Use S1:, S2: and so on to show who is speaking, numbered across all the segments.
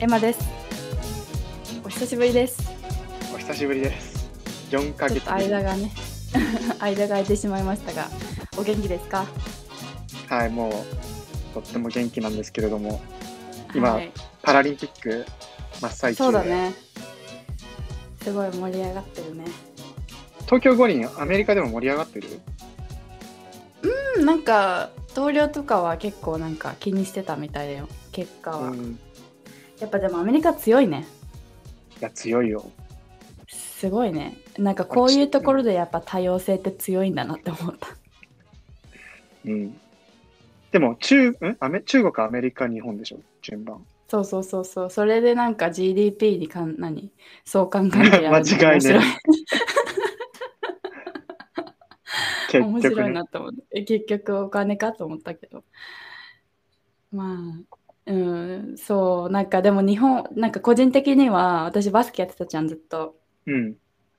S1: 山です。お久しぶりです。
S2: お久しぶりです。4ヶ
S1: ちょっ
S2: 月
S1: と間がね、 間が空いてしまいましたが、お元気ですか？
S2: はい、もうとっても元気なんですけれども、今
S1: はい、
S2: パラリンピック真っ最中で
S1: そうだね。すごい盛り上がってるね。
S2: 東京五輪、アメリカでも盛り上がってる
S1: うん、なんか同僚とかは結構なんか気にしてたみたいだよ。結果は。
S2: うん、い
S1: やっぱでもアメリカ強いね。
S2: や、強いよ。
S1: すごいね。なんかこういうところでやっぱ多様性って強いんだなっ て思った。
S2: うん、でも中、んアメ、中国、アメリカ、日本でしょ、順番。
S1: そうそうそうそう。それでなんか GDP にかん何相関関係あるの
S2: 間違いねえ
S1: 面白い
S2: 結
S1: 面
S2: 局
S1: 白い
S2: ね
S1: な、と思って。え結局お金かと思ったけど。まあ、うん、そう、なんかでも日本、なんか個人的には私バスケやってたじゃん、ずっと。
S2: うん。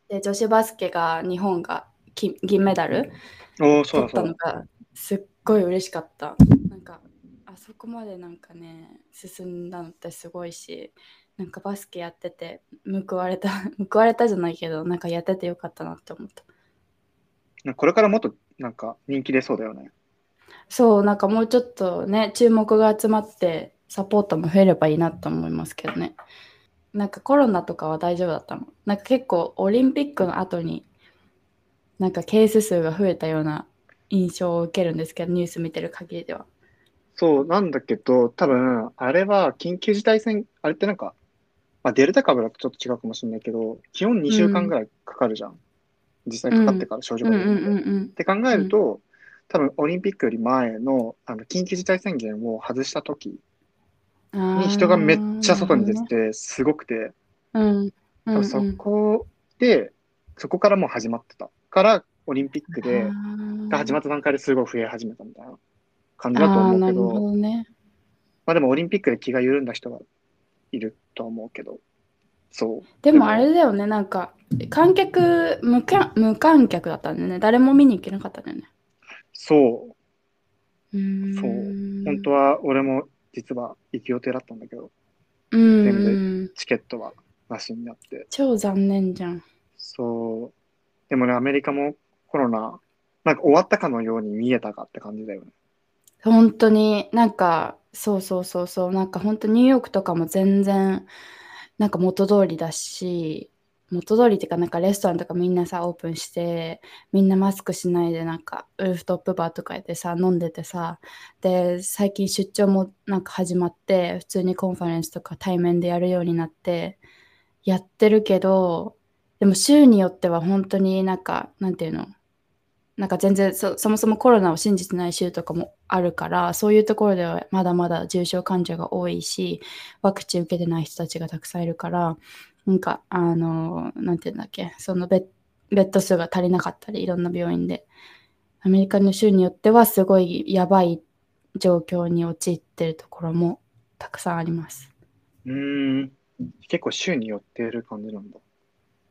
S1: で、女子バスケが日本が金銀メダル
S2: おお、そうだ
S1: 取っ
S2: そ
S1: た
S2: う
S1: の
S2: だ。
S1: がすっごい嬉しかった。なんかあそこまでなんかね進んだのってすごいしなんかバスケやってて報われた 報われたじゃないけどなんかやっててよかったなって思った。
S2: なんかこれからもっとなんか人気出そうだよね。
S1: そうなんかもうちょっとね注目が集まってサポートも増えればいいなと思いますけどね。なんかコロナとかは大丈夫だったのなんか結構オリンピックの後になんかケース数が増えたような印象を受けるんですけどニュース見てる限りでは。
S2: そうなんだけど、多分あれは緊急事態宣あれってなんか、まあ、デルタ株だとちょっと違うかもしれないけど、基本2週間ぐらいかかるじゃん。実際かかってから症状
S1: う
S2: が
S1: んう
S2: 出
S1: ん
S2: る
S1: うん
S2: で。っ
S1: ん
S2: て考えると、多分オリンピックより前のあの緊急事態宣言を外した時に
S1: に
S2: 人がめっちゃ外に出てて、すごくて、
S1: うん
S2: 多分そこで、そこからもう始まってた。から、オリンピックで、が始ま
S1: っ
S2: った段階ですごい増え始めたみたいな感
S1: た
S2: じだと思うけ
S1: なるほ
S2: ど、
S1: どね。
S2: まあでもオリンピックで気が緩んだ人はいると思うけど、そう。
S1: でもあれだよね、なんか観客無観無観客だったんだよね。誰も見に行けなかったんだよね。
S2: そう。
S1: うーん
S2: そう本当は俺も実は行く予定だったんだけど、
S1: うん
S2: 全部
S1: うん。
S2: チケットはなしになって。
S1: 超残念じゃん。
S2: そう。でもね、アメリカもコロナ、なんか終わったかのように見えたかって感じだよね。
S1: 本当になんかそうそうそうそうなんか本当ニューヨークとかも全然なんか元通りだし元通りっていうかなんかレストランとかみんなさオープンしてみんなマスクしないでなんかウルフトップバーとかでさ飲んでてさで最近出張もなんか始まって普通にコンファレンスとか対面でやるようになってやってるけどでも州によっては本当になんかなんていうのなんか全然そそもそもコロナを信じてない州とかもあるからそういうところではまだまだ重症患者が多いしワクチン受けてない人たちがたくさんいるからなんかあのなんていうんだっけそのベッベッド数が足りなかったりいろんな病院でアメリカの州によってはすごいやばい状況に陥ってるところもたくさんあります。
S2: うーん。結構週によってる感じなんだ。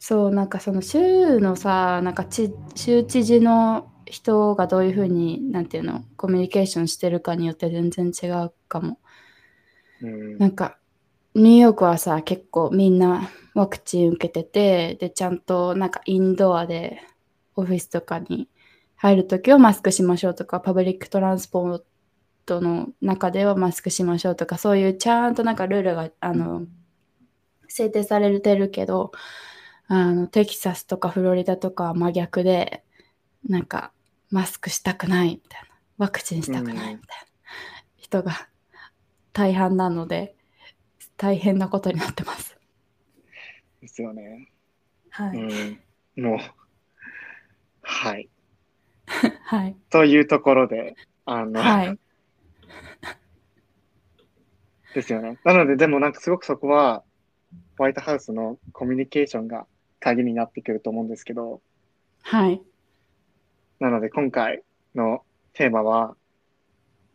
S1: そうなんかその州のさなんかち州知事の人がどういうふうになんていうのコミュニケーションしてるかによって全然違うかも
S2: うん。
S1: なんかニューヨークはさ結構みんなワクチン受けててでちゃんとなんかインドアでオフィスとかに入るときはマスクしましょうとかパブリックトランスポートの中ではマスクしましょうとかそういうちゃんとなんかルールがあの制定されてるけどあのテキサスとかフロリダとかは真逆でなんかマスクしたくないみたいなワクチンしたくないみたいな人が大半なので大変なことになってます。
S2: ですよね。
S1: は
S2: うん。もう。はい。
S1: はい。
S2: というところで、あの、
S1: はい。
S2: ですよね。なので、でもなんかすごくそこは、ホワイトハウスのコミュニケーションが鍵になってくると思うんですけど、
S1: はい。
S2: なので今回のテーマは、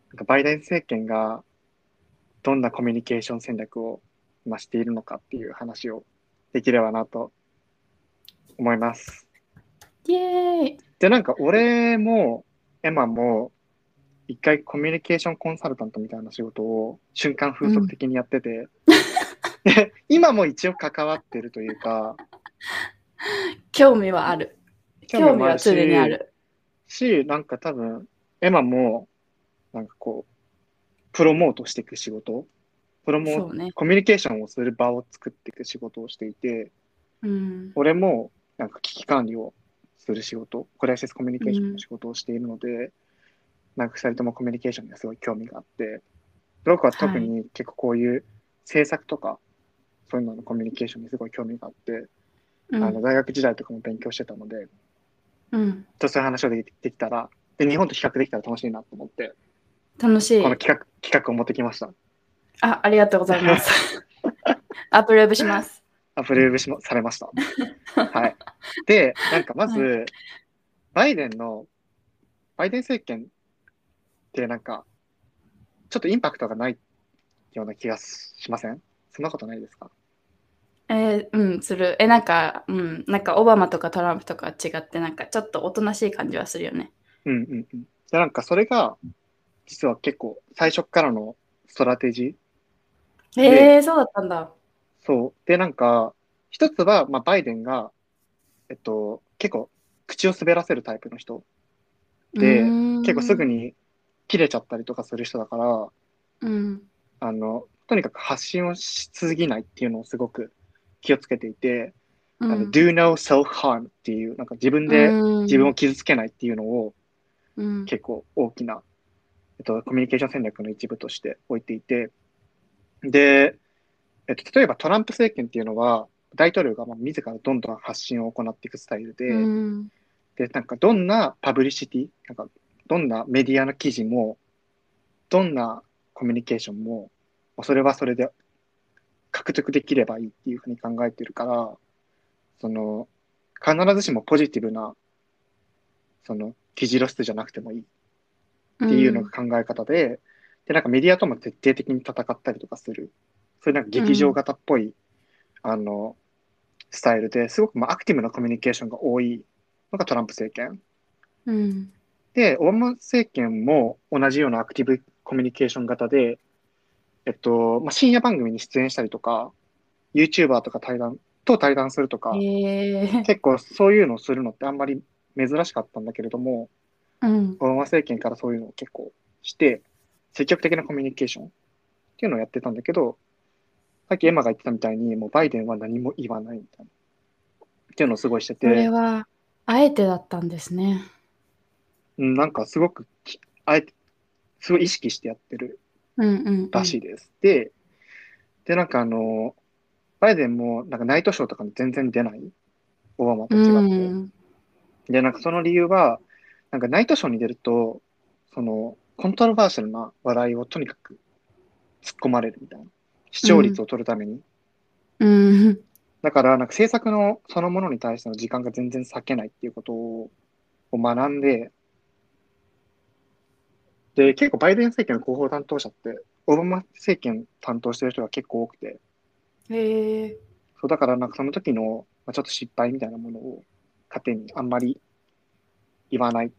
S2: なんかバイデン政権がどんなコミュニケーション戦略を今しているのかっていう話をできればなと思います。
S1: イエーイ。
S2: で、なんか俺もエマも一 回コミュニケーションコンサルタントみたいな仕事を瞬間風速的にやってて、今も一応関わってるというか、
S1: 興味はある。興味は常にある。
S2: し、なんか多分、エマも、なんかこう、プロモートしていく仕事、プロモー
S1: そ
S2: ト、
S1: うね。
S2: コミュニケーションをする場を作っていく仕事をしていて、
S1: うん。
S2: 俺もなんか危機管理をする仕事、クライシスコミュニケーションの仕事をしているので、なんか二人ともコミュニケーションにはすごい興味があって、僕は特に結構こういう制作とか、そういうののコミュニケーションにすごい興味があって、
S1: うん
S2: あの大学時代とかも勉強してたので、
S1: うん。
S2: とそういう話をできできたら、で日本と比較できたら楽しいなと思って、
S1: 楽しい
S2: こ。の企画企画を持ってきました。
S1: あ、ありがとうござい ます。アプローブします。
S2: アプローブしまされました。はい。で、なんかまず、バイデンの、バイデン政権ってなんか、ちょっとインパクトがないような気がしませんそんなことないですか
S1: えーうん、する。え、なんか、うん、なんかオバマとかトランプとかは違って、なんかちょっとおとなしい感じはするよね。
S2: うんうんうん。で、なんかそれが、実は結構最初っからのストラテジー。
S1: えー、そうだったんだ。
S2: そう。で、なんか、一つは、まあ、バイデンが、えっと、結構、口を滑らせるタイプの人。で結構すぐ
S1: に。
S2: に切れちゃったりとかする人だから、
S1: うん。
S2: あの、とにかく発信をし続けないっていうのをすごく気をつけていて、
S1: う
S2: あの
S1: ん、
S2: do no self harm っていう、なんか自分で自分を傷つけないっていうのを
S1: うん、
S2: 結構大きな、えっと、コミュニケーション戦略の一部として置いていて、で、えっと、例えばトランプ政権っていうのは、大統領がまあ自らどんどん発信を行っていくスタイルで、
S1: うん
S2: で、なんかどんなパブリシティ、なんかどんなメディアの記事も、どんなコミュニケーションも、まあそれはそれで獲得できればいいっていうふうに考えてるから、その、必ずしもポジティブな、その、記事露出じゃなくてもいいっていうのが考え方で、で、なんかメディアとも徹底的に戦ったりとかする、そういうなんか劇場型っぽい、あの、スタイルですごくまあアクティブなコミュニケーションが多いのがトランプ政権。
S1: うん
S2: で、オバマ政権も同じようなアクティブコミュニケーション型で、えっと、まあ、深夜番組に出演したりとか、YouTuber とか対談、と対談するとか、
S1: えー
S2: 結構そういうのをするのってあんまり珍しかったんだけれども、
S1: うん
S2: オバマ政権からそういうのを結構して、積極的なコミュニケーションっていうのをやってたんだけど、さっきエマが言ってたみたいに、もうバイデンは何も言わないみたいな。っていうのをすごいしてて。
S1: これはあえてだったんですね。
S2: うん、なんかすごくき、あえて、すごい意識してやってる
S1: うんうんうん、
S2: らしいです。で、で、なんかあの、バイデンもなんかナイトショーとかに全然出ない、オバマと違
S1: う
S2: って。
S1: ん
S2: で、なんかその理由は、なんかナイトショーに出ると、その、コントロバーシャルな笑いをとにかく突っ込まれるみたいな。視聴率を取るために。
S1: うん
S2: だから、なんか制作のそのものに対しての時間が全然割けないっていうことをを学んで、で、結構バイデン政権の広報担当者って、オバマ政権担当してる人が結構多くて、
S1: へえ
S2: そうだからなんかその時の、まあ、ちょっと失敗みたいなものを糧にあんまり言わないっ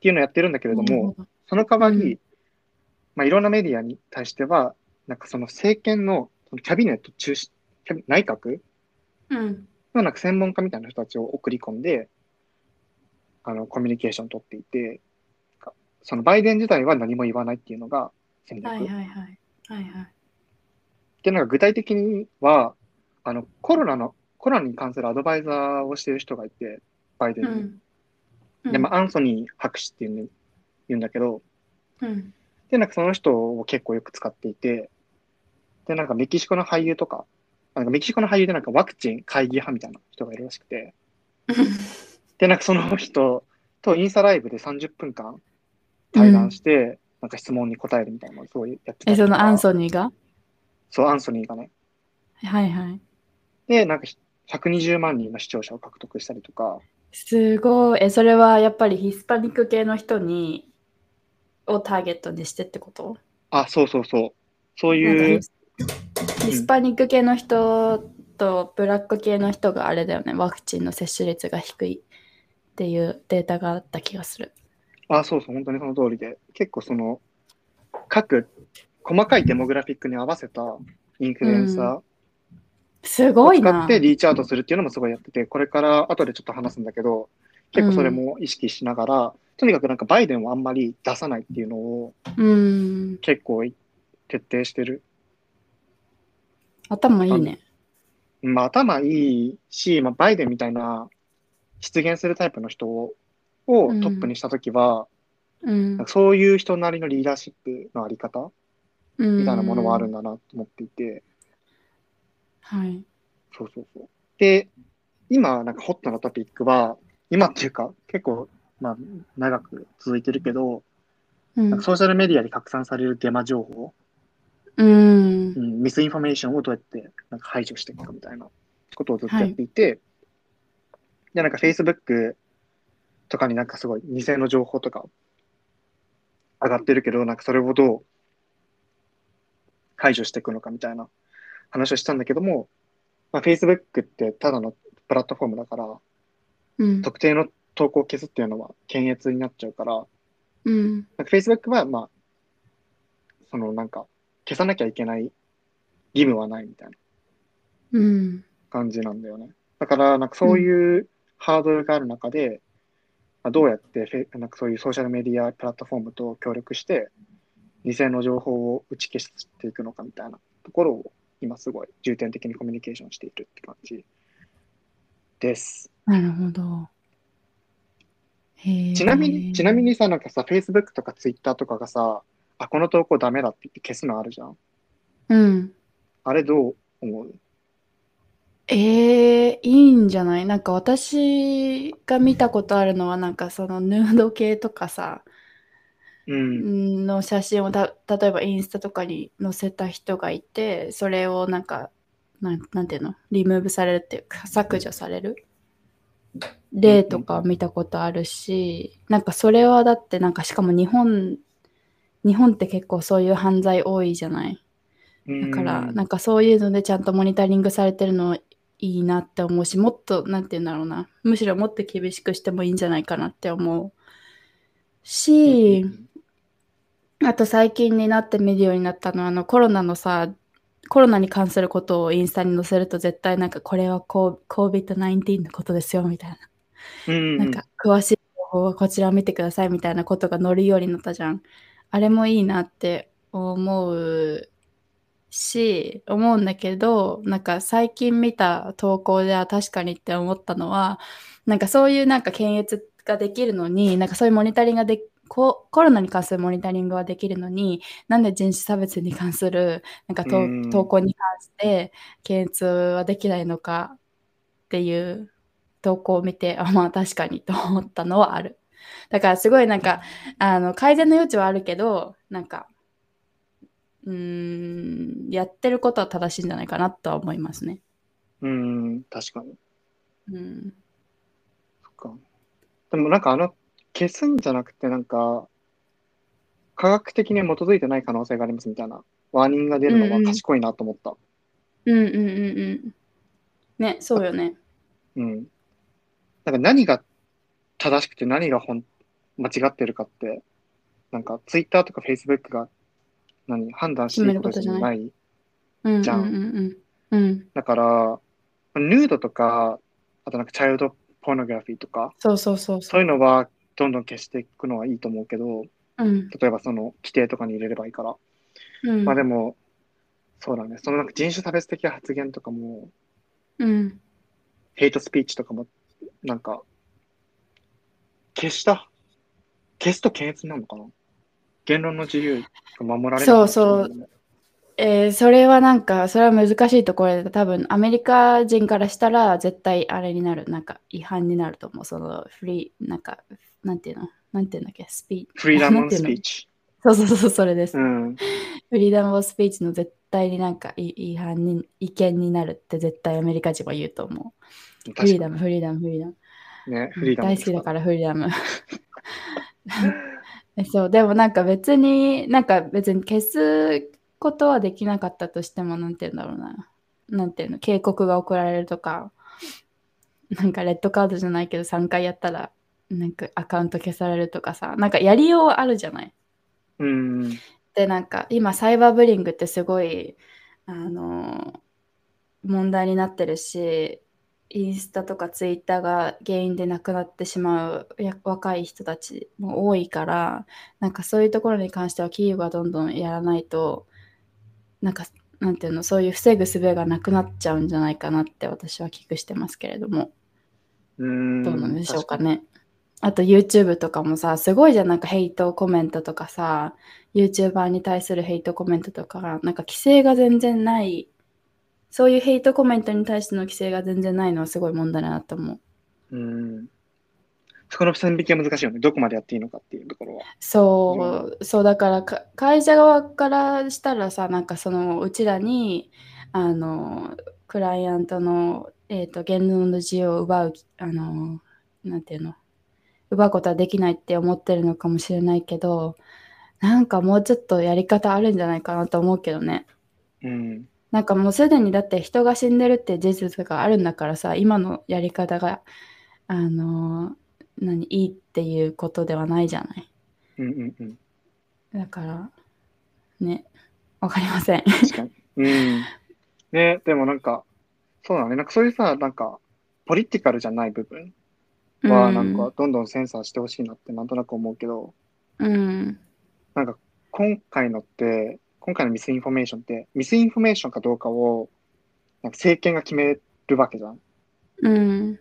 S2: ていうのをやってるんだけれども、その代わり、
S1: う
S2: まあ、いろんなメディアに対しては、なんかその政権のそのキャビネット中止、キャビ内閣
S1: うん
S2: まあなんか専門家みたいな人たちを送り込んで、あの、コミュニケーションを取っていて、かそのバイデン自体は何も言わないっていうのが戦略。
S1: はいはいはいはいはい
S2: で、なんか具体的には、あの、コロナの、コロナに関するアドバイザーをしている人がいて、バイデン
S1: う
S2: に。
S1: ん
S2: で、まあ、アンソニー博士っていうの言うんだけど、
S1: うん
S2: で、なんかその人を結構よく使っていて、で、なんかメキシコの俳優とか、なんかメキシコの俳優でなんかワクチン会議派みたいな人がいるらしくて、で、なんかその人とインスタライブで30分間対談して、なんか質問に答えるみたいなのをすごいやってた
S1: え
S2: りと
S1: そ
S2: か
S1: のアンソニーが
S2: そう、アンソニーがね。
S1: はいはい
S2: で、なんかひ120万人の視聴者を獲得したりとか、
S1: すごいえそれはやっぱりヒスパニック系の人にをターゲットにしてってこと
S2: あ、そうそうそう。そうい
S1: なん
S2: う
S1: か、ヒスパニック系の人とブラック系の人があれだよね、ワクチンの接種率が低いっていうデータがあった気がする。
S2: あ、そうそう、本当にその通りで、結構その、各細かいデモグラフィックに合わせたインフルエンサー
S1: すごい
S2: 使
S1: な
S2: っ。てリーチアウトするっていうのもすごいやってて、これから後でちょっと話すんだけど、結構それも意識しながら、とにかくなんかバイデンをあんまり出さないっていうのを
S1: うん。
S2: 結構徹底してる。
S1: 頭いいね。
S2: まあ、頭いいし、まあ、バイデンみたいな出現するタイプの人をを
S1: うん
S2: トップにしたときは、
S1: うん
S2: なんか。そういう人なりのリーダーシップのあり方み
S1: み
S2: たいなものはあるんだなと思っていて、
S1: はい。
S2: そうそうそう。で、今、なんかホットなトピックは、今っていうか、結構、まあ、長く続いてるけど、
S1: うん
S2: なんかソーシャルメディアで拡散されるデマ情報、
S1: うん
S2: う。んミスインフォメーションをどうやってなんか排除していくかみたいなことをずっとやっていて、で、なんか Facebook とかになんかすごい偽の情報とか上がってるけど、なんかそれをどう解除していくのかみたいな話をしたんだけども、まあ、Facebook ってただのプラットフォームだから、
S1: うん。
S2: 特定の投稿を消すっていうのは検閲になっちゃうから、
S1: うん。
S2: なんか Facebook は、まあ、そのなんか、消さなきゃいけない義務はないみたいな
S1: うん。
S2: 感じなんだよね。だから、なんかそういううハードルがある中で、まあ、どうやってフェ、なんかそういうソーシャルメディアプラットフォームと協力して、偽の情報を打ち消していくのかみたいなところを、今すごい重点的にコミュニケーションしているって感じです。
S1: なるほど。へえ
S2: ちなみに、ちなみ。にさ、なんかさ、Facebook とか Twitter とかがさ、あ、この投稿ダメだって言って消すのあるじゃん。
S1: うん。
S2: あれどう思う
S1: ええいいんじゃないなんか私が見たことあるのはなんかそのヌード系とかさ、
S2: うん。
S1: の写真をた例えばインスタとかに載せた人がいてそれをなんかなんなんていうのリムーブされるっていうか削除される例とか見たことあるしなんかそれはだってなんかしかも日本日本って結構そういう犯罪多いじゃないだから
S2: うん
S1: なんかそういうのでちゃんとモニタリングされてるのいいなって思うしもっとなんて言うんだろうなむしろもっと厳しくしてもいいんじゃないかなって思うし、あと最近になって見るようになったのはあのコロナのさコロナに関することをインスタに載せると絶対なんかこれはこう COVID-19 のことですよみたいな、
S2: うん。
S1: なんか詳しい情報はこちらを見てくださいみたいなことが載るようになったじゃんあれもいいなって思うし思うんだけどなんか最近見た投稿では確かにって思ったのはなんかそういうなんか検閲ができるのになんかそういうモニタリングがでこコロナに関するモニタリングはできるのになんで人種差別に関するなんか
S2: う
S1: 投
S2: ん
S1: 投稿に関して検閲はできないのかっていう投稿を見てあまあ確かにと思ったのはあるだからすごいなんかあの改善の余地はあるけどなんかうーんやってることは正しいんじゃないかなとは思いますね。
S2: うん、確かに。
S1: うん、
S2: そっかでもなんかあの、消すんじゃなくて、なんか、科学的に基づいてない可能性がありますみたいな、ワーニングが出るのは賢いなと思った。
S1: うんうんうんうん。ね、そうよね。
S2: うん。なんか何が正しくて何が本間違ってるかって、なんか Twitter とか Facebook が何判断していることじゃ
S1: 決め
S2: ない。
S1: うん
S2: じゃん
S1: うんうんうん。うん。
S2: だから、ヌードとか、あとなんかチャイルドポーノグラフィーとか、
S1: そうそう
S2: そ
S1: そう
S2: う
S1: そ。
S2: いううのはどんどん消していくのはいいと思うけど、
S1: うん。
S2: 例えばその規定とかに入れればいいから。
S1: うん。
S2: まあでも、そうだね、そのなんか人種差別的な発言とかも、
S1: うん。
S2: ヘイトスピーチとかも、なんか、消した、消すと検閲になるのかな言論の自由が守られる
S1: そうそうえーそれはなんか、それは難しいところで、多分アメリカ人からしたら絶対あれになる、なんか違反になると思う。そのフリー、なんか、なんていうのなんていうんだっけスピ
S2: フリーダム
S1: なんてい
S2: ス
S1: うの
S2: ピーチ。
S1: そうそうそう、それです。
S2: うん。
S1: フリーダム・オブ・スピーチの絶対になんかい違反に、違憲になるって絶対アメリカ人は言うと思う。
S2: 確
S1: フリー
S2: か
S1: ダム、フリーダム、フリーダム。
S2: にね、フリーダム
S1: 大好きだからフリーダム。えそう、でもなんか別に、なんか別に消すことはできなかったとしても、なんて言うんだろうな。なんていうの、警告が送られるとか、なんかレッドカードじゃないけど3回やったら、なんかアカウント消されるとかさ、なんかやりようあるじゃない。
S2: うん。
S1: でなんか今サイバーブリングってすごいあの問題になってるしインスタとかツイッターが原因で亡くなってしまうや若い人たちも多いからなんかそういうところに関しては企業がどんどんやらないとなんかなんていうのそういう防ぐ術がなくなっちゃうんじゃないかなって私は危惧してますけれども
S2: うーん
S1: どうなんでしょうかね。あと YouTube とかもさすごいじゃんなんかヘイトコメントとかさ YouTuber に対するヘイトコメントとかがなんか規制が全然ないそういうヘイトコメントに対しての規制が全然ないのはすごい問題だなと思う。
S2: 確かにうんそこの線引きは難しいよねどこまでやっていいのかっていうところは
S1: そう、そうだからか会社側からしたらさなんかそのうちらにあのクライアントの、えー、と言論の自由を奪うあのなんていうの奪うことはできないって思ってるのかもしれないけどなんかもうちょっとやり方あるんじゃないかなと思うけどね
S2: うん
S1: なんかもうすでにだって人が死んでるって事実があるんだからさ今のやり方があの何いいっていうことではないじゃない。
S2: うんうんうん
S1: だから、ね、わかりません。
S2: 確かにうんねでもなんかそうだねなんかそういうさなんかポリティカルじゃない部分はなんかどんどんセンサーしてほしいなってなんとなく思うけど、
S1: うん、うん、
S2: なんか今回のって、今回のミスインフォメーションって、ミスインフォメーションかどうかを、なんか政権が決めるわけじゃん。
S1: うん、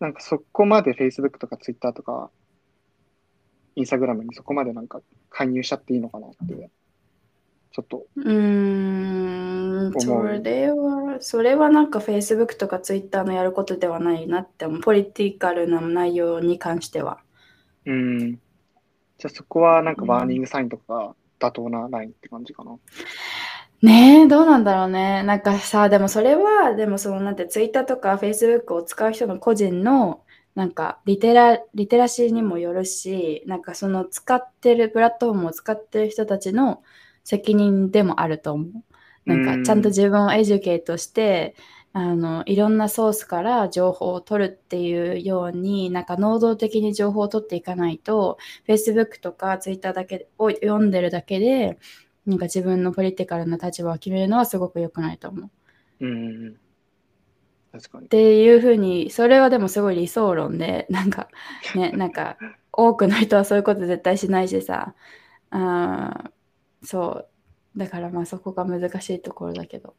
S2: なんかそこまで Facebook とか Twitter とか、Instagram にそこまでなんか介入しちゃっていいのかなって、ちょっと、
S1: うーん、
S2: 思
S1: そうれは、それはなんか Facebook とか Twitter のやることではないなって思う、ポリティカルな内容に関しては。
S2: うん。じゃあそこはなんかバーニングサインとかが妥当なラインって感じかな。
S1: ねえ、どうなんだろうね。なんかさ、でもそれは、でもそのなんて Twitter とか Facebook を使う人の個人のなんかリテラ、リテラシーにもよるし、なんかその使ってるプラットフォームを使ってる人たちの責任でもあると思う。なんかちゃんと自分をエデュケートして、あのいろんなソースから情報を取るっていうようになんか能動的に情報を取っていかないと Facebook とか Twitter だけを読んでるだけでなんか自分のポリティカルな立場を決めるのはすごく良くないと思う。っ
S2: うん。うん。確かに。
S1: ていうふうにそれはでもすごい理想論でなんか ねなんか多くの人はそういうこと絶対しないしさあーそうだからまあそこが難しいところだけど。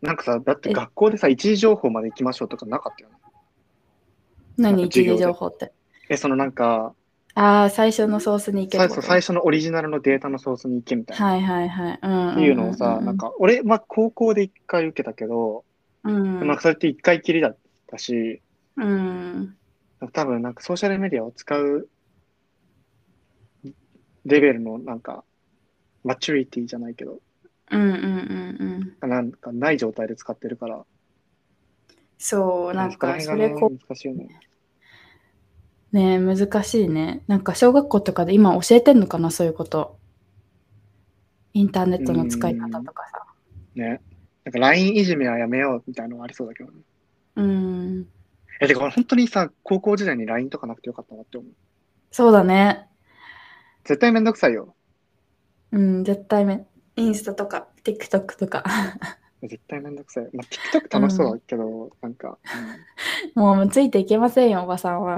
S2: なんかさ、だって学校でさ、一時情報まで行きましょうとかなかったよね。
S1: 何
S2: なんか授
S1: 一
S2: 業
S1: 時
S2: で
S1: 情報って。
S2: え、そのなんか、
S1: ああ、最初のソースに行け
S2: 最
S1: るこ
S2: 初
S1: と。
S2: 最初のオリジナルのデータのソースに行けみたいな。
S1: はいはいはい。うんんんん
S2: っていうのをさ、なん、か、俺、まあ、高校で一回受けたけど、
S1: うん
S2: まあ、それって一回きりだったし、
S1: うん。
S2: 多分、なんか、ソーシャルメディアを使うレベルの、なんか、マチュリティじゃないけど、
S1: うんうんうんうん。
S2: なんか、ない状態で使ってるから、
S1: そう、なんか、
S2: そ
S1: そ
S2: こら
S1: れ
S2: 辺が
S1: こ
S2: ね難しいよね。
S1: ね、難しいね。なんか、小学校とかで今教えてんのかな、そういうこと。インターネットの使い方とかさ。
S2: ね。なんか、LINE いじめはやめようみたいなのはありそうだけどね。
S1: うん。
S2: え、てか、本当にさ、高校時代に LINE とかなくてよかったなって思う。
S1: そうだね。
S2: 絶対めんどくさいよ。
S1: うん、絶対め。インスタとか、TikTok とか。
S2: 絶対めんどくさい。まあ、TikTok 楽しそうだけど、なんか、
S1: もうついていけませんよ、おばさ んは。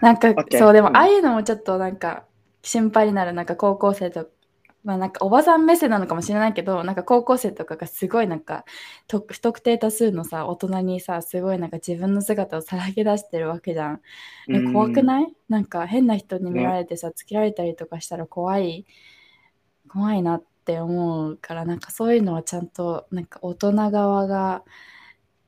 S1: なんか、
S2: OK
S1: そう、でも、
S2: うん
S1: ああいうのもちょっとなんか、心配になる、なんか高校生と、まあなんか、おばさん目線なのかもしれないけど、なんか高校生とかがすごいなんか、と不特定多数のさ、大人にさ、すごいなんか自分の姿をさらけ出してるわけじゃん。
S2: う
S1: え
S2: ん
S1: 怖くないなんか変な人に見られてさ、つけられたりとかしたら怖い、怖いなって思うから、なんかそういうのはちゃんと、なんか大人側が、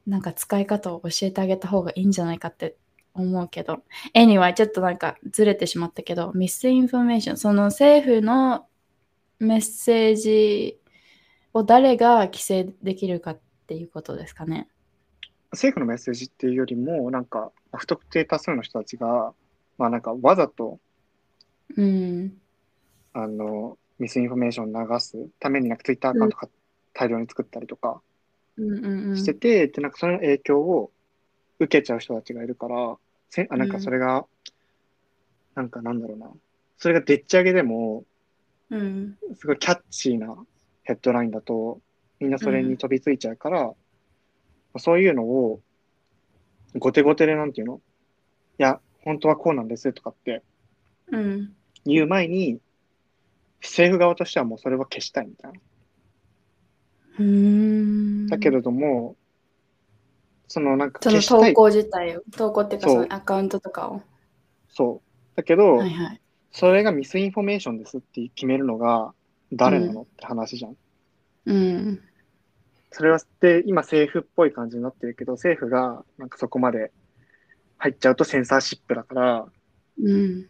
S1: なんか使い方を教えてあげた方がいいんじゃないかって思うけど。Anyway、ちょっとなんかずれてしまったけど、ミスインフォメーション、その政府のメッセージを誰が規制できるかっていうことですかね。
S2: 政府のメッセージっていうよりも、なんか、不特定多数の人たちが、まあなんか、わざと、
S1: うん。
S2: あの、ミスインフォメーションを流すために、なんか、Twitter アカウントか大量に作ったりとか
S1: うんうんうん
S2: してて、で、なんか、その影響を受けちゃう人たちがいるから、せあなんか、それが、なんか、なんだろうな。それがでっち上げでも、
S1: うん。
S2: すごいキャッチーなヘッドラインだと、みんなそれに飛びついちゃうから、そういうのを、後手後手でなんていうのいや、本当はこうなんですとかって
S1: うん。
S2: 言う前に、政府側としてはもうそれは消したいみたいな。
S1: うーん。
S2: だけれども、そのなんか
S1: その
S2: 消した
S1: 投
S2: い。
S1: 稿自体を、投稿っていうか
S2: そう
S1: そのアカウントとかを。
S2: そう。だけど、
S1: はいはい。
S2: それがミスインフォメーションですって決めるのが誰なのって話じゃん。
S1: うん。
S2: それはで今政府っぽい感じになってるけど政府がなんかそこまで入っちゃうとセンサーシップだから。
S1: うん。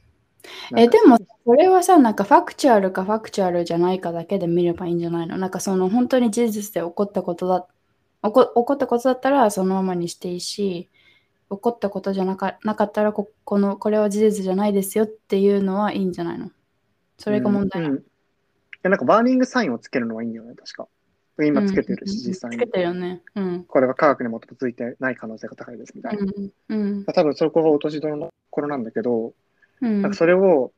S2: なん
S1: え、
S2: か
S1: でも、それはさ、なんかファクチュアルかファクチュアルじゃないかだけで見ればいいんじゃないのなんかその本当に事実で起こったことだ、起こ起こったことだったらそのままにしていいし、起こったことじゃなかなかったらこ、この、これは事実じゃないですよっていうのはいいんじゃないのそれが問題
S2: う
S1: なんの、
S2: うんいやなんかバーニングサインをつけるのはいいんだよね確か。今つけてるし、
S1: うん
S2: 実際
S1: つ
S2: に
S1: け。てるよね。うん。
S2: これは科学に基づいてない可能性が高いですみたいな。
S1: うん。うん。
S2: 多分そこが落としどころのところなんだけど、
S1: うん
S2: なんかそれを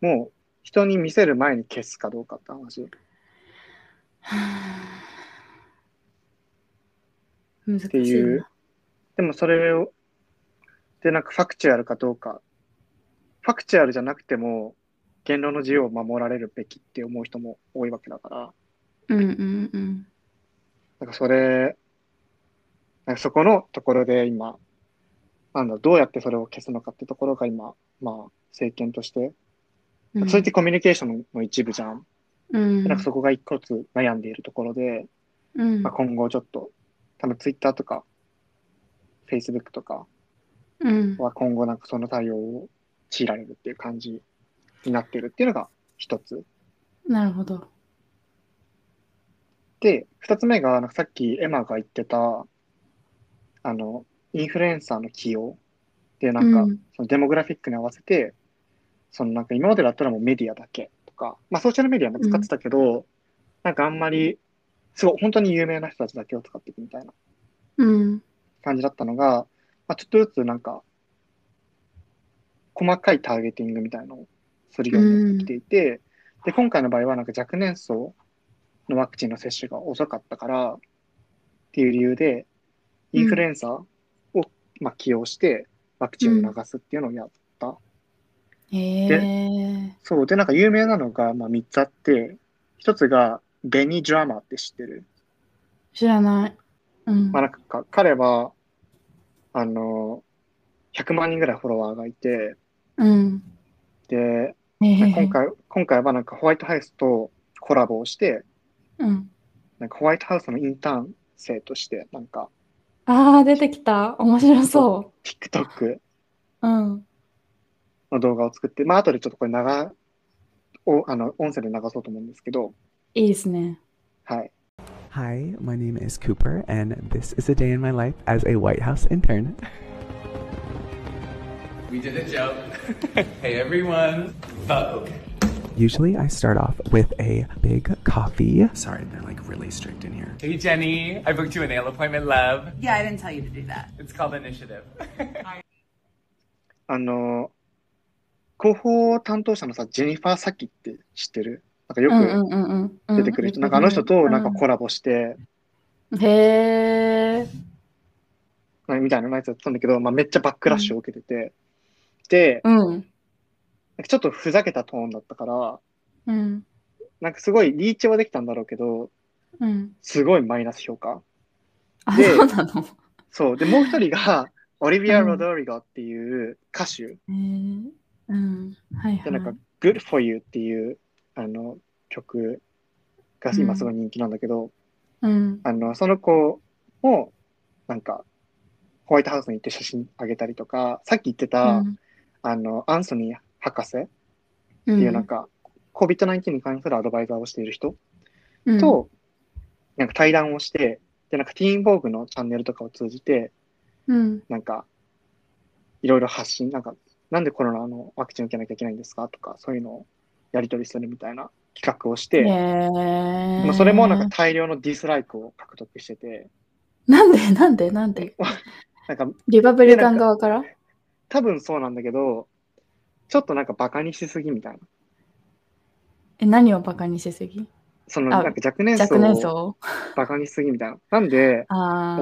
S2: もう人に見せる前に消すかどうかって話。
S1: 難しいな。
S2: ていうでもそれを、で、なんかファクチュアルかどうか、ファクチュアルじゃなくても、言論の自由を守られるべきって思う人も多いわけだから、
S1: うんうんうん。
S2: なんかそれ、なんかそこのところで今、なんだ、どうやってそれを消すのかってところが今、まあ、政権として、
S1: うん
S2: それってコミュニケーションの一部じゃん。
S1: うん、
S2: なんかそこが一個ずつ悩んでいるところで、
S1: うん
S2: まあ、今後ちょっと、多分ツイッターとか、フェイスブックとか、
S1: うん
S2: は今後なんかその対応を強いられるっていう感じになってるっていうのが一つ。
S1: なるほど。
S2: で、二つ目が、なんかさっきエマが言ってた、あの、インフルエンサーの起用で、なんか、
S1: うん
S2: そのデモグラフィックに合わせて、そのなんか今までだったらもうメディアだけとか、まあソーシャルメディアも使ってたけど、なんかあんまり、すごい、本当に有名な人たちだけを使っていくみたいな
S1: うん
S2: 感じだったのが、まあ、ちょっとずつなんか、細かいターゲティングみたいのをするようになってきていて、で、今回の場合はなんか若年層のワクチンの接種が遅かったからっていう理由で、インフルエンサーを、まあ、起用してワクチンを流すっていうのをやった。
S1: へえ。
S2: そう。で、なんか有名なのが、まあ、3つあって、1つが、ベニ・ジュアマーって知ってる
S1: 知らない。うん。
S2: まあ、なんか彼は、あの、100万人ぐらいフォロワーがいて、
S1: うん。
S2: で、
S1: へえ
S2: 今。回、今回はなんかホワイトハウスとコラボをして、
S1: うん。
S2: なんかホワイトハウスのインターン生として、なんか
S1: ああ、出てきた。面白そ
S2: TikTok
S1: う。うん。
S2: の動画を作って、まあ後でちょっとこれ長、をあの、音声で流そうと思うんですけど、
S1: いいですね。
S2: はい。
S3: Hi, my name is Cooper, and this is a day in my life as a White House intern.
S4: We did a joke. hey everyone. But okay.
S3: Usually, I start off with a big coffee.
S5: Sorry, they're like really strict in here.
S4: Hey Jenny, I booked you a nail appointment, love.
S6: Yeah, I didn't tell you to do that.
S4: It's called initiative.
S2: あの、広報担当者のさ、ジェニファー・サキって知ってるなんかよ
S1: うん
S2: く
S1: うんうんうん。
S2: 出てくる人、なんかあの人となんか
S1: こ
S2: コラボして、
S1: うん。へえ。
S2: みたいなやつだったんだけど、まあ、めっちゃバックラッシュを受けてて、で、
S1: うん。
S2: なんかちょっとふざけたトーンだったから、
S1: うん。
S2: なんかすごいリーチはできたんだろうけど、
S1: うん。
S2: すごいマイナス評価。
S1: あ、
S2: で
S1: そうなの。
S2: そう。で、もう一人 が、オリビア・
S1: うん
S2: ロドリゴっていう歌手
S1: へえ。うん。はい
S2: で、
S1: はい。
S2: なんか、Good for You っていう、あの、曲が今すごい人気なんだけど、
S1: うん。
S2: あの、その子も、なんか、ホワイトハウスに行って写真あげたりとか、さっき言ってた、
S1: うん
S2: あの、アンソニー博士
S1: う
S2: っていうなんか、COVID-19 に関するアドバイザーをしている人
S1: ん、
S2: と、なんか対談をして、で、なんかティーンボーグのチャンネルとかを通じて、
S1: うん、
S2: なんか、いろいろ発信、なんか、なんでコロナのワクチン受けなきゃいけないんですかとか、そういうのをやり取りするみたいな企画をして、ま
S1: へえ。
S2: あ、それもなんか大量のディスライクを獲得してて、
S1: なんでなんでなんで
S2: なんか、
S1: リパブリカン側から
S2: 多分そうなんだけど、ちょっとなんかバカにしすぎみたいな。
S1: え、何をバカにしすぎ
S2: その
S1: あ
S2: なんか若年層
S1: 若年
S2: を
S1: 層
S2: バカにしすぎみたいな。なんで、
S1: あ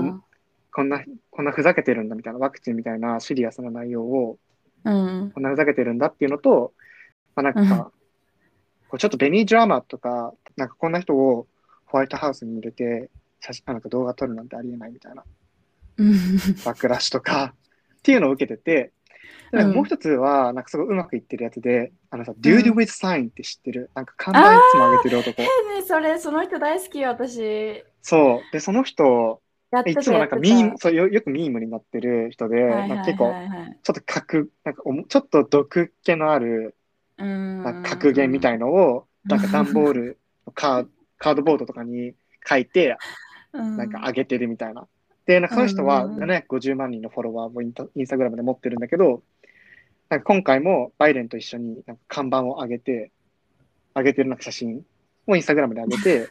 S2: こんな、こんなふざけてるんだみたいな、ワクチンみたいなシリアスな内容を、
S1: あ、うん。
S2: こんなふざけてるんだっていうのと、まあ、なん
S1: うん
S2: か、こうちょっとベニー・ジュラマとか、なんかこんな人をホワイトハウスに入れて、写真なんか動画撮るなんてありえないみたいな、バックラッシュとか、 っていうのを受けてて、で
S1: うん
S2: もう一つは、なんかすごいうまくいってるやつで、あのさ、Dude with Sign って知ってる、なんか看板いつも上げてる男。
S1: ね、 それ、その人大好きよ、私。
S2: そう。で、その人、
S1: やって
S2: い
S1: た
S2: つもなんかミ
S1: や
S2: ー
S1: っ
S2: ム、
S1: て
S2: そうよよくミームになってる人で、
S1: たはいはい
S2: なんか結構
S1: はいはい
S2: ちょっと格、なんかおもちょっと毒気のある
S1: うん
S2: なんか格言みたいのを、なんか段ボールのカー カードボードとかに書いて、
S1: な
S2: なんか上げてるみたいな。で、なんかその人は
S1: うん
S2: 750万人のフォロワーをインタインスタグラムで持ってるんだけど、なんか今回もバイデンと一緒になんか看板を上げて、上げてるなんか写真をインスタグラムで上げ て、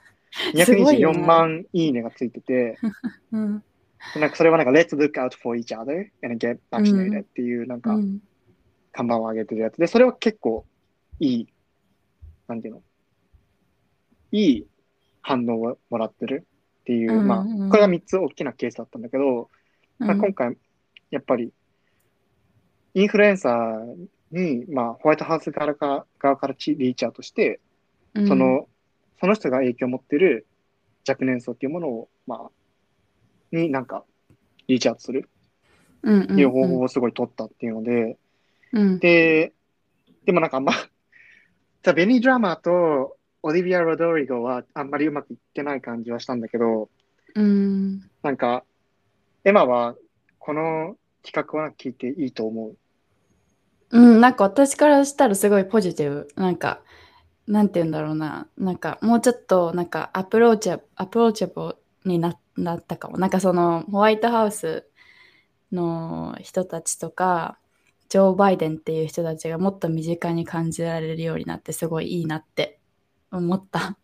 S1: すごいよ
S2: 224
S1: ね
S2: 万いいねがついてて、
S1: うん
S2: でなんかそれはなんか、Let's look out for each other and get
S1: うん
S2: vaccinated っていうなん
S1: う
S2: か
S1: ん
S2: 看板を上げてるやつで、それは結構いい、なんていうの、いい反応をもらってるっていう、
S1: うんうん
S2: まあ、これが3つ大きなケースだったんだけど、まあ、今回、やっぱり、インフルエンサーに、まあ、ホワイトハウス側から側からチリーチャーとして、そ、の、その人が影響を持ってる若年層っていうものを、まあ、になんか、リーチアウトする
S1: うんうん
S2: っていう方法をすごい取ったっていうので、
S1: うん
S2: で、でもなんかあんま、 じゃあベニー・ドラマーとオリビア・ロドリゴはあんまりうまくいってない感じはしたんだけど、
S1: うん
S2: なんか、エマはこの企画は聞いていいと思う。
S1: うん、なんか私からしたらすごいポジティブ。なんか、なんて言うんだろうな。なんか、もうちょっと、なんか、アプローチャ、アプローチャブルにな、なったかも。なんか、その、ホワイトハウスの人たちとか、ジョー・バイデンっていう人たちがもっと身近に感じられるようになって、すごいいいなって思った。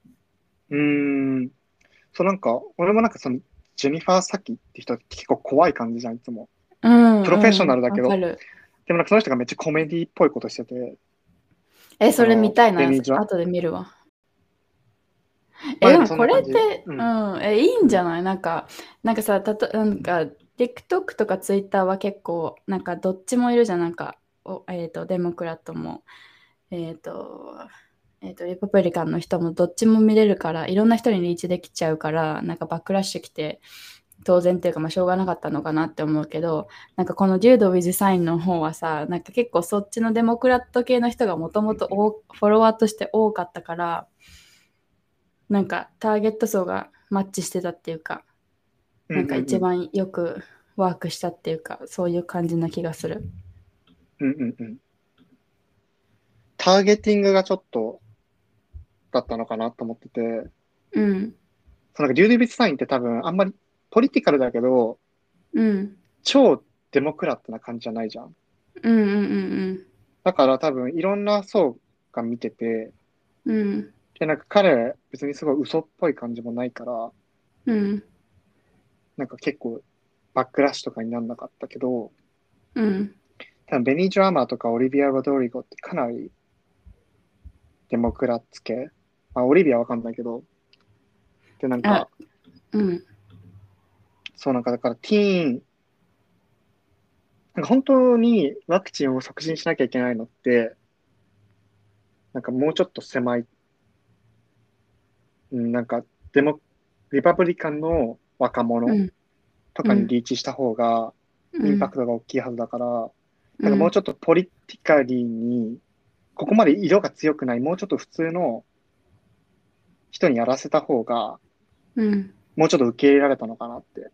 S2: うーん。そうなんか、俺もなんかその、ジェニファー・サキって人結構怖い感じじゃん、いつも。
S1: うん、
S2: プロフェッショナルだけど
S1: うんわかる。
S2: でもなんかその人がめっちゃコメディっぽいことしてて、
S1: え、それ見たいな
S2: デミジ。ョン
S1: 後で見るわ。
S2: まあ
S1: え、で
S2: で
S1: も
S2: もそん
S1: こ
S2: な
S1: れ
S2: 感じ
S1: って、う、
S2: うん
S1: え、いいんじゃないなんか、なんかさ、たと、なんか、TikTok とか Twitter は結構、なんか、どっちもいるじゃん。なんか、おえっと、デモクラットも、えっと、えっと、リパブリカンの人もどっちも見れるから、いろんな人にリーチできちゃうから、なんかバックラッシュ来て、当然っていうか、まあ、しょうがなかったのかなって思うけど、なんかこのデュード・ウィズ・サインの方はさ、なんか結構そっちのデモクラット系の人がもともとフォロワーとして多かったから、なんかターゲット層がマッチしてたっていうか、なんか一番よくワークしたっていうか、そういう感じな気がする。
S2: うんうんうん。ターゲティングがちょっと、だったのかなと思ってて、
S1: うん。
S2: そのなんか、リューディビッツサインって多分、あんまりポリティカルだけど、
S1: うん。
S2: 超デモクラットな感じじゃないじゃん。
S1: うんうんうん
S2: だから多分、いろんな層が見てて、
S1: うん。うん。
S2: で、なんか彼、別にすごい嘘っぽい感じもないから、
S1: うん。
S2: なんか結構、バックラッシュとかにならなかったけど、
S1: うん。
S2: 多分ベニー・ジュラマーとかオリビア・ロドリゴってかなりデモクラッツ系。まあ、オリビアわかんないけど。で、なんか、
S1: うん。
S2: そうなんか、だからティーン、なんか本当にワクチンを促進しなきゃいけないのって、なんかもうちょっと狭い、うんなんかデモ、リパブリカンの若者とかにリーチした方がインパクトが大きいはずだから、なんかもうちょっとポリティカリーに、ここまで色が強くない、もうちょっと普通の人にやらせた方が、
S1: うん。
S2: もうちょっと受け入れられたのかなって。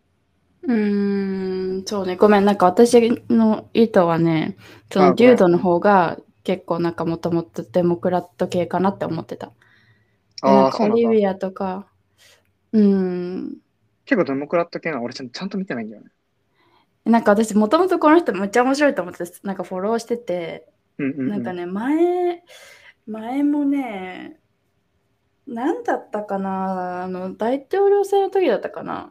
S1: うーん、そうね。ごめん。なんか私の意図はね、そ
S2: あ
S1: の
S2: ごめん
S1: デュードの方が結構なんかもともとデモクラット系かなって思ってた。で
S2: あ
S1: な
S2: あ、
S1: んか
S2: そう
S1: オ
S2: なん
S1: リ
S2: だ。
S1: ビアとか、うーん。
S2: 結構デモクラット系なの俺ちゃんちゃんと見てないんだよね。
S1: なんか私もともとこの人めっちゃ面白いと思ってた、なんかフォローしてて、
S2: うんうん、うん。
S1: なんかね、前、前もね、何だったかなあの、大統領選の時だったかな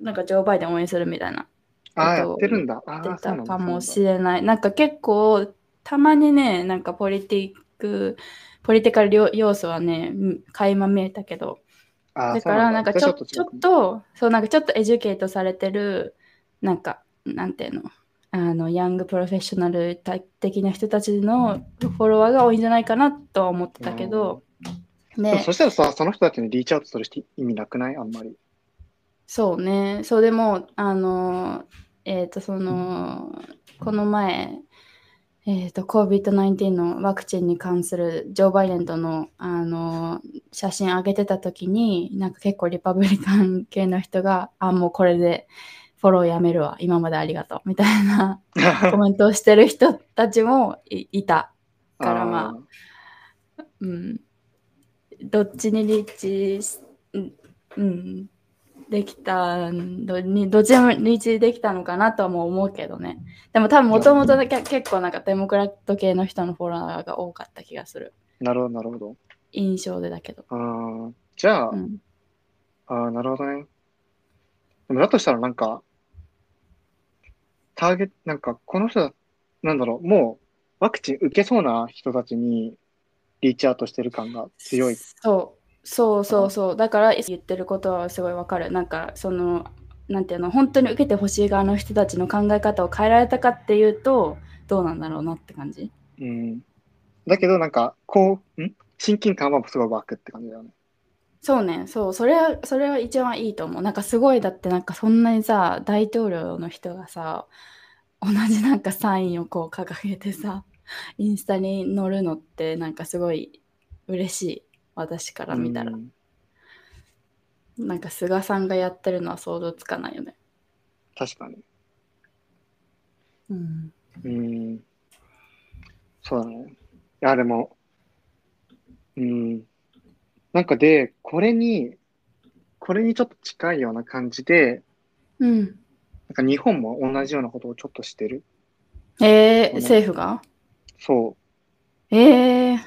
S1: なんかジョー・バイデン応援するみたいな。
S2: ああ、
S1: えっ
S2: や
S1: と
S2: ってるんだ。あ
S1: って
S2: あ、そう
S1: た
S2: なんだ。
S1: かも
S2: れ
S1: しれない。なんか結構たまにね、なんかポリティック、ポリティカル要要素はね、うん垣間見えたけど、
S2: あー
S1: だ
S2: そ
S1: か
S2: う
S1: らな
S2: だ
S1: んか
S2: じ
S1: ち
S2: ゃ
S1: ょ
S2: あ
S1: ちょ
S2: ちょっと違うか
S1: っ
S2: も
S1: と、そうなんかちょっとエデュケートされてる、なんか、なんていうの、あの、ヤングプロフェッショナル的な人たちのフォロワーが多いんじゃないかなとは思ってたけど、
S2: でも
S1: ね
S2: そしたらさ、その人たちにリーチアウトする人意味なくないあんまり。
S1: そうね、そうでも、あの、えっ、と、その、この前、えっ、と、COVID-19 のワクチンに関するジョー・バイデンとの、あの、写真上げてた時に、なんか結構リパブリカン系の人が、あ、もうこれでフォローやめるわ、今までありがとう、みたいなコメントをしてる人たちもいいた。か らまあ
S2: ー
S1: うん、どっちにリーチし、うんうん、できたどにどっちにもリーチできたのかなとはもう思うけどねでも多分もともと結構なんかデモクラット系の人のフォロワーが多かった気がする
S2: なるほど、なるほど。
S1: 印象でだけど、
S2: あーじゃあ、
S1: うん、
S2: ああ、なるほどね。でもだとしたらなんか、ターゲット、なんかこの人だ、なんだろう、もうワクチン受けそうな人たちにリーチアウトしてる感が強い。
S1: そうそうそうそうだから言ってることはすごいわかるなんかそのなんていうの本当に受けてほしい側の人たちの考え方を変えられたかっていうとどうなんだろうなって感じ
S2: うん。だけどなんか、こう、ん親近感はすごい湧くって感じだよね。
S1: そうね、そう、それは、それは一番いいと思う。なんかすごい、だってなんかそんなにさ、大統領の人がさ、同じなんかサインをこう掲げてさ、インスタに載るのってなんかすごい嬉しい。私から見たら。
S2: うん
S1: なんか菅さんがやってるのは想像つかないよね。
S2: 確かに。
S1: うん。
S2: うん。そうだね。いや、でも、うん。なんかで、これに、これにちょっと近いような感じで、
S1: うん。
S2: なんか日本も同じようなことをちょっとしてる。
S1: えー、
S2: うん
S1: 政府が
S2: そ
S1: えー、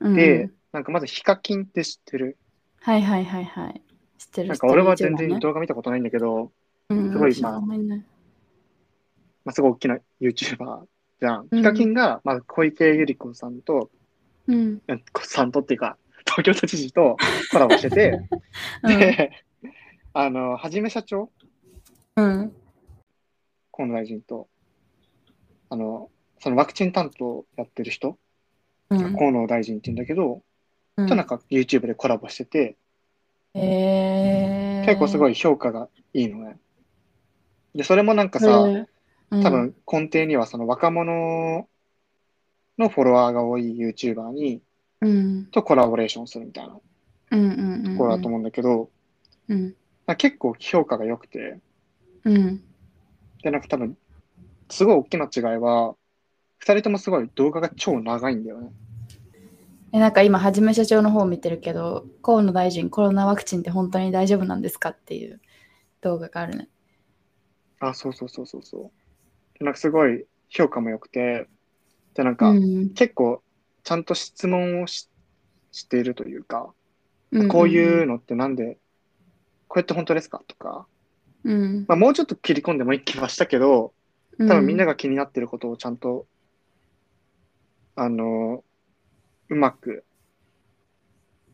S1: うん
S2: う。
S1: うん。
S2: で、なんかまずヒカキンって知ってる。
S1: はいはいはいはい。知ってる
S2: なんか俺は
S1: 知ってる
S2: 全然動画見たことないんだけど、
S1: 一番ね
S2: すごい
S1: うん私も
S2: まあ
S1: あんまりない
S2: まあ、すごい大きな YouTuber じゃん。
S1: うん
S2: ヒカキンが、まあ、小池百合子さんと、
S1: うん。
S2: うんさんとっていうか、東京都知事とコラボしてて、で、あの、はじめ社長、
S1: うん。うん
S2: 河野大臣と、あの、そのワクチン担当やってる人、
S1: うん
S2: 河野大臣って言うんだけど、
S1: うん
S2: となんか YouTube でコラボしてて、
S1: えー、
S2: 結構すごい評価がいいのね。で、それもなんかさ、
S1: へー
S2: 多、分根底にはその若者のフォロワーが多い YouTuber に
S1: うんうん、
S2: とコラボレーションするみたいなと
S1: うんうんうん
S2: ころだと思うんだけど、
S1: うん
S2: なんか結構評価が良くて、
S1: うん
S2: で、なんか多分、すごい大きな違いは、二人ともすごい動画が超長いんだよね。
S1: えなんか今はじめ社長の方を見てるけど河野大臣コロナワクチンって本当に大丈夫なんですかっていう動画があるね
S2: あ、そうそうそうそうそう。でなんかすごい評価も良くて、で、なん
S1: う
S2: か
S1: ん
S2: 結構ちゃんと質問をししているというか、
S1: うん
S2: こういうのってなんで、これって本当ですかとか、
S1: うん
S2: まあ、もうちょっと切り込んでもいい気はしたけど、
S1: 多
S2: 多分みんな
S1: が
S2: が気になってることをちゃんと、あの、うまく、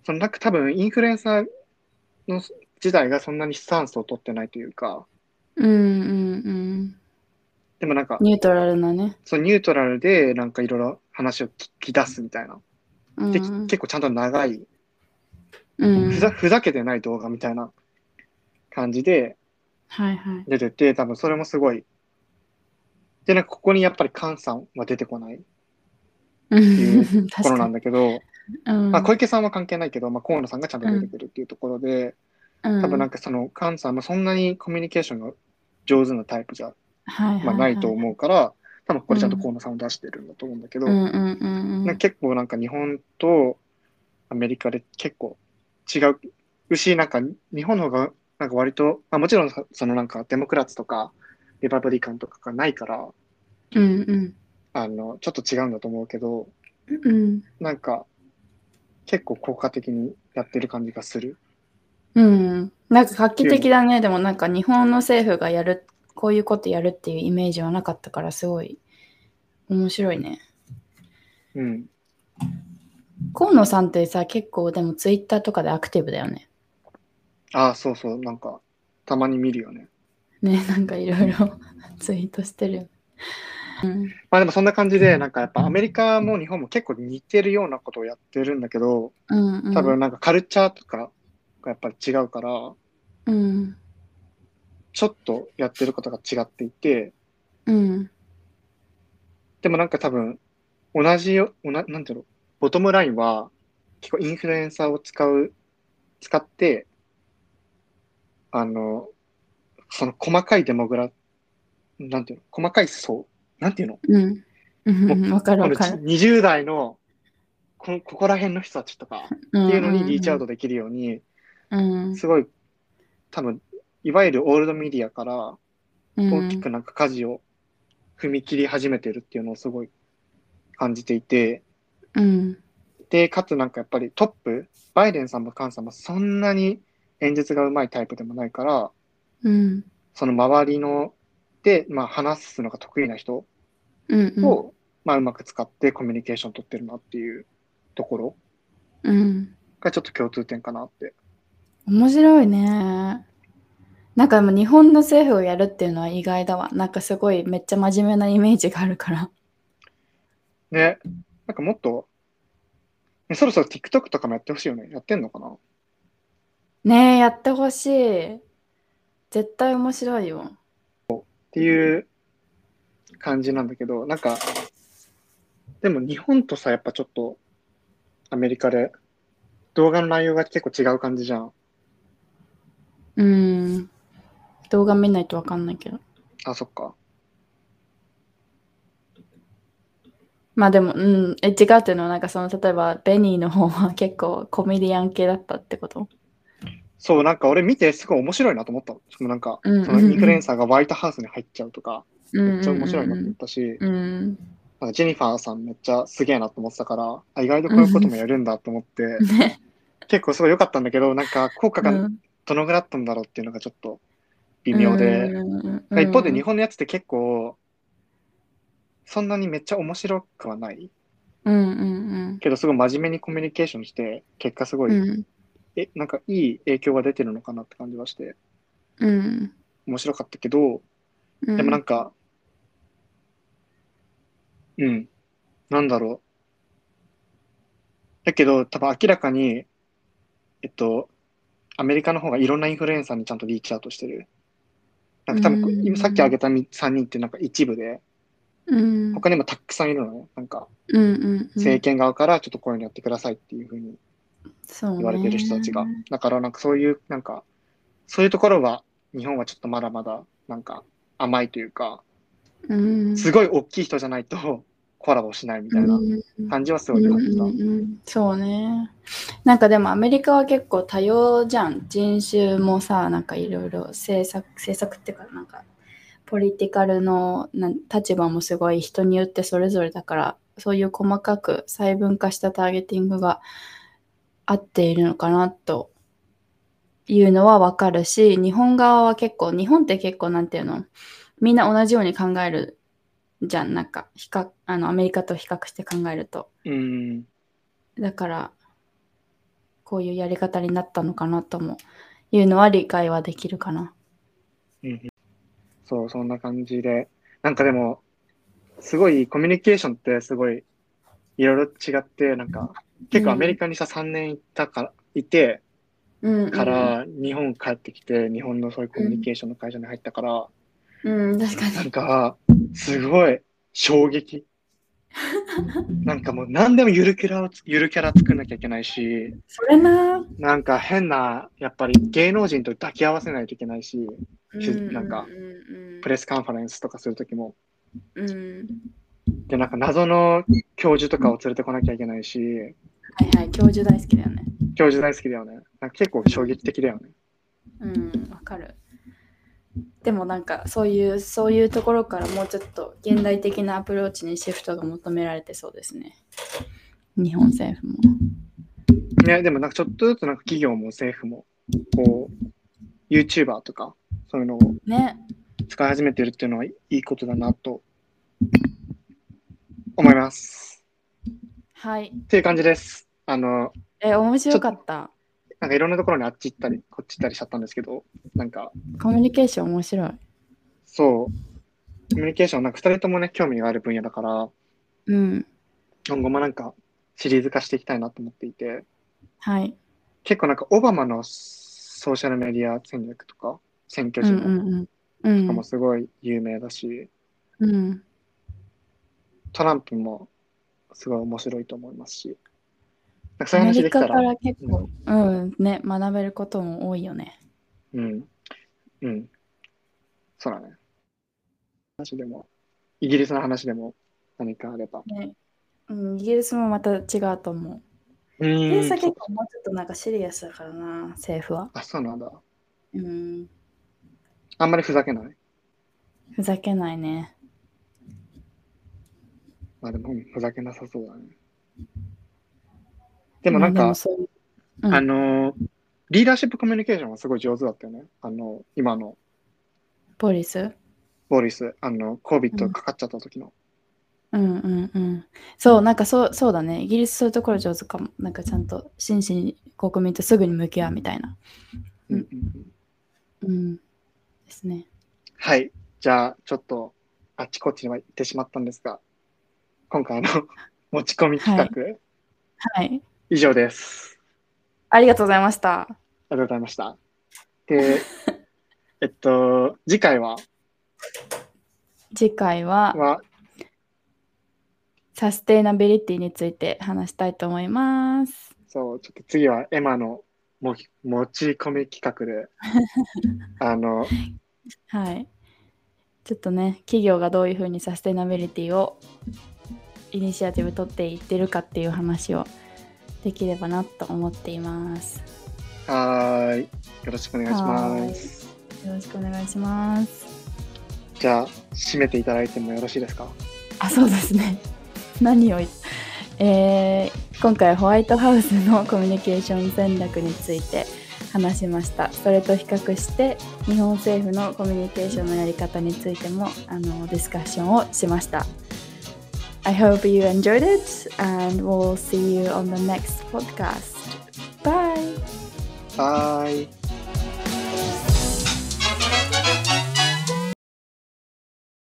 S2: そのなんか多分インフルエンサーの時代がそんなにスタンスを取ってないというか、
S1: うんうんうん
S2: でもなんか、
S1: ニュートラルなね
S2: そのニュートラルでなんかいろいろ話を聞き出すみたいな。
S1: うん
S2: で、結構ちゃんと長い、
S1: うん
S2: ふざふざけてない動画みたいな感じで
S1: はいはい
S2: 出てて、多分それもすごい。で、なんかここにやっぱり菅さんは出てこないい
S1: うん
S2: ところなん
S1: だ
S2: だけど、まあ、小
S1: れ
S2: 池さんは関係ないけど、まあ、河野さんがちゃんと出てくるっていうところで、多分なんかその菅さんもそんなにコミュニケーションが上手なタイプじゃ、まあ、ないと思うから、多分これちゃんと河野さんを出してるんだと思うんだけど、
S1: うんうんうん
S2: なんか結構なんか日本とアメリカで結構違うし、なんか日本の方がなんか割と、まあ、もちろんそのなんかデモクラッツとかリパブリカンとかがないから、
S1: うんうん
S2: あの、ちょっと違うんだと思うけど、
S1: うん
S2: なんか結構効果的にやってる感じがする。
S1: うん、なんか画期的だね。でもなんか日本の政府がやる、こういうことやるっていうイメージはなかったから、すごい面白いね。
S2: うん。
S1: 河野さんってさ、結構でもツイッターとかでアクティブだよね。
S2: ああ、そうそう、なんか、たまに見るよね。
S1: ね、なんかいろいろツイートしてるよね。うん、
S2: まあでもそんな感じで、なんかやっぱアメリカも日本も結構似てるようなことをやってるんだけど、
S1: うん、うん。
S2: 多分なんかカルチャーとかがやっぱり違うから、
S1: うん、
S2: ちょっとやってることが違っていて、
S1: うん、
S2: でもなんか多分、同じよ、同じなんていうの、ボトムラインは、結構インフルエンサーを使う、使って、あの、その細かいデモグラ、なんていうの、細かい層、なんていうの、
S1: うん。うん、わか
S2: こ
S1: るわ
S2: の
S1: かる。
S2: 20代の、このここら辺の人たちとかっ
S1: って
S2: いうのにリーチアウト
S1: ト。
S2: できるように、
S1: うん、
S2: すごい、多分、いわゆるオールドメディアから、
S1: うん
S2: 大きくなんか舵を踏み切り始めてるっていうのをすごい感じていて、
S1: うん、
S2: で、かつなんかやっぱりトップ、バイデンさんもカンさんもそんなに演説がうまいタイプでもないから、
S1: うん、
S2: その周りので、まあ、話すのが得意な人を、
S1: うん、
S2: まあ、うまく使ってコミュニケーション取ってるなっていうところ
S1: うん。
S2: がちょっと共通点かなって。
S1: 面白いね。なんかでも日本の政府をやるっていうのは意外だわ。なんかすごいめっちゃ真面目なイメージがある から。
S2: ね、なんかもっと、ね、そろそろ TikTok とかもやってほしいよね。やってんのかな
S1: ねえ、やってほしい。絶対面白いよ。
S2: っていう感じなんだけど、なんか、でも日本とさ、やっぱちょっと、アメリカで、動画の内容が結構違う感じじゃん。
S1: うん。動画見ないとわかんないけど。
S2: あ、そっか。
S1: まあでも、うん、え、違うっていうのは、なんかその、例えば、ベニーの方は結構コメディアン系だったってこと
S2: そう、なんか俺見てすごい面白いなと思ったの。しかもなんか、
S1: うん
S2: そのインフルエンサーがホワイトハウスに入っちゃうとか、めっちゃ面白いなと思ったし、
S1: うん。
S2: なんかジェニファーさんめっちゃすげえなと思ってたから、あ意外とこういうこともやるんだと思って、
S1: ね。
S2: 結構すごい良かったんだけど、なんか効果
S1: う
S2: が
S1: ん
S2: どのぐらいあったんだろうっていうのがちょっと微妙で、
S1: うん
S2: まあ一方で日本のやつって結構、そんなにめっちゃ面白くはない
S1: うんうん
S2: けど、すごい真面目にコミュニケーションして、結果すご
S1: うん。
S2: い、
S1: うん
S2: え、なんかいい影響が出てるのかなって感じはして、
S1: うん
S2: 面白かったけど、
S1: うん。
S2: でもなんか、うん、なんだろう。だけど、多分明らかに、えっと、アメリカの方がいろんなインフルエンサーにちゃんとリーチアウトしてる。なんか多分、今さっき挙げた3人ってなんか一部で、
S1: うん、
S2: 他にもたくさんいるのね。なんか、
S1: うんうんうん、
S2: 政権側からちょっとこういうのやってくださいっていうふうに
S1: 言
S2: 言われてる人たちが。だから、なんかそういう、なんか、そういうところは、日本はちょっとまだまだ、なんか、甘いというか、
S1: うん、
S2: すごい大きい人じゃないと コラボしないみたいな感じはすごい感じた。
S1: うんうんうんそうね。なんかでもアメリカは結構多様じゃん。人種もさ、なんかいろいろ政策、政策っていうか、なんか、ポリティカルのなん立場もすごい人によってそれぞれだから、そういう細かく細分化したターゲティングが合っているのかなというのはわかるし、日本側は結構、日本って結構なんていうの、みんな同じように考えるじゃん。なんか、比較、あの、アメリカと比較して考えると。
S2: うん。
S1: だからこういうやり方になったのかなともいうのは理解はできるかな。
S2: そう、そんな感じで。なんかでも、すごいコミュニケーションってすごいいろいろ違って、なんか、結構アメリカにさ、3年行ったから、いて、
S1: うん、
S2: から日本帰ってきて、日本のそういうコミュニケーションの会社に入ったから、
S1: うん、うん、確か
S2: なん
S1: に。
S2: か、すごい衝 撃。なんかもう何でもゆるキャラを、ゆるキャラ作んなきゃいけないし、
S1: それな。
S2: なんか変な、やっぱり芸能人と抱き合わせないといけないし、しなんか
S1: うん
S2: プレスカンファレンスとかするときも。
S1: うんうん、
S2: で、なんか謎の教授とかを連れてこなきゃいけないし、
S1: はいはい、教授大好きだよね。
S2: 教授大好きだよね。なんか結構衝撃的だよね。
S1: うん、わかる。でもなんかそういうそういうところからもうちょっと現代的なアプローチにシフトが求められてそうですね。日本政府も。
S2: ね、でもなんかちょっとずつなんか企業も政府も、こう、YouTuber とか、そういうのを
S1: ね。
S2: 使い始めてるっていうのはいいことだなと思います。
S1: はい。
S2: っていう感じです。あの、
S1: え、面白かった。
S2: なんかいろんなところにあっち行ったり、こっち行ったりしちゃったんですけど、なんか、
S1: コミュニケーション面白い。
S2: そう、コミュニケーション、なんか2人ともね、興味がある分野だから、
S1: うん。
S2: 今後もなんかシリーズ化していきたいなと思っていて、
S1: はい。
S2: 結構なんかオバマのソーシャルメディア戦略とか、選挙
S1: うん
S2: 人
S1: う
S2: とか
S1: んうん。うん
S2: もすごい有名だし、
S1: うん。
S2: トランプもすごい面白いと思いますし、なんかそうい
S1: ア
S2: う
S1: メ
S2: 話
S1: リ
S2: できた
S1: カ
S2: ら、
S1: から結構、うん、ね、学べることも多いよね。
S2: うん、うん、そうだね。話でも、イギリスの話でも何かあれば。
S1: ねうん、イギリスもまた違うと思う。
S2: う
S1: イギリスは
S2: ー
S1: 結
S2: ん、
S1: 構もうちょっとなんかシリアスだからな、政府は。
S2: あ、そうなんだ。
S1: うん、
S2: あんまりふざけない。
S1: ふざけないね。
S2: まあでも、うんふざけなさそうだね。でもなん
S1: まあ
S2: か、
S1: そういううん
S2: あのー、リーダーシップコミュニケーションはすごい上手だったよね。あの、今の
S1: ポリス
S2: ボリス、あの、COVID かかっちゃった時の。
S1: うんうんうん。そう、なんかそうそうだね。イギリスそういうところ上手かも。なんかちゃんと真摯に国民とすぐに向き合うみたいな。うん
S2: うんうんうん
S1: うん。ですね。
S2: はい。じゃあ、ちょっと、あっちこっちには行ってしまったんですが、今回の 持ち込み企画、
S1: はい。
S2: 以上です。
S1: ありがとうございました。
S2: ありがとうございました。 で、えっと、次回は、
S1: 次回は
S2: は、
S1: サステイナビリティについて話したいと思います。
S2: そう、ちょっと次はエマのも持ち込み企画で、あの、
S1: はい。ちょっとね、企業がどういうふうにサステナビリティをイニシアティブ取っていってるかっていう話をできればなと思っています。
S2: はーい。よろしくお願いします。
S1: よろしくお願いします。
S2: じゃあ、締めていただいてもよろしいですか
S1: あ、そうですね。何を言っ、えー今回ホワイトハウスのコミュニケーション戦略について話しました。それと比較して日本政府のコミュニケーションのやり方についてもあのディスカッションをしました。I hope you enjoyed it and we'll see you on the next podcast. Bye!
S2: はーい。